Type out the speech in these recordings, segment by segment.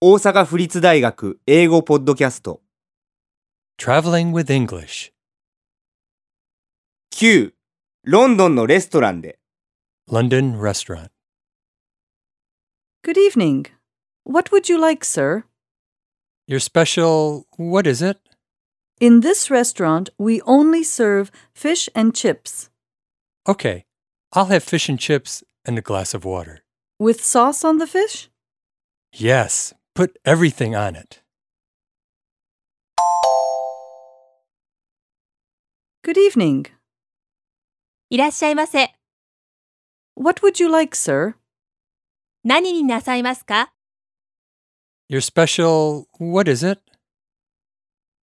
大阪府立大学英語ポッドキャスト Traveling with English. 9ロンドンのレストランで London Restaurant. Good evening. What would you like, sir? Your special, what is it? In this restaurant, we only serve fish and chips Okay, I'll have fish and chips and a glass of water. with sauce on the fish. Yes, put everything on it. Good evening. いらっしゃいませ。 What would you like, sir? 何になさいますか Your special, what is it?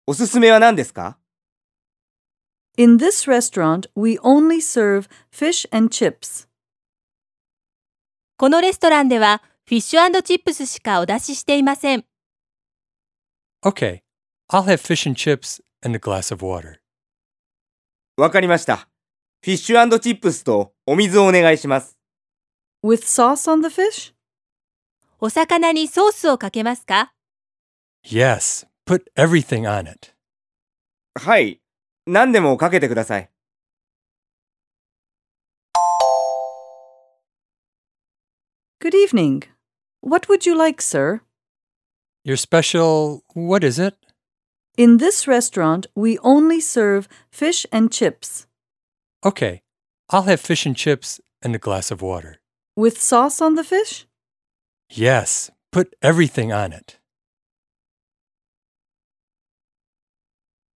おすすめは何ですか In this restaurant, we only serve fish and chips. このレストランではフィッシュチップスしかお出ししていません。 Okay, I'll have fish and chips and a glass of water. わかりましたフィッシュチップスとお水をお願いします With sauce on the fish? お魚にソースをかけますか Yes, put everything on it. はい何でもかけてください Good evening. What would you like, sir? Your special, what is it? In this restaurant, we only serve fish and chips Okay, I'll have fish and chips and a glass of water. with sauce on the fish. Yes, put everything on it.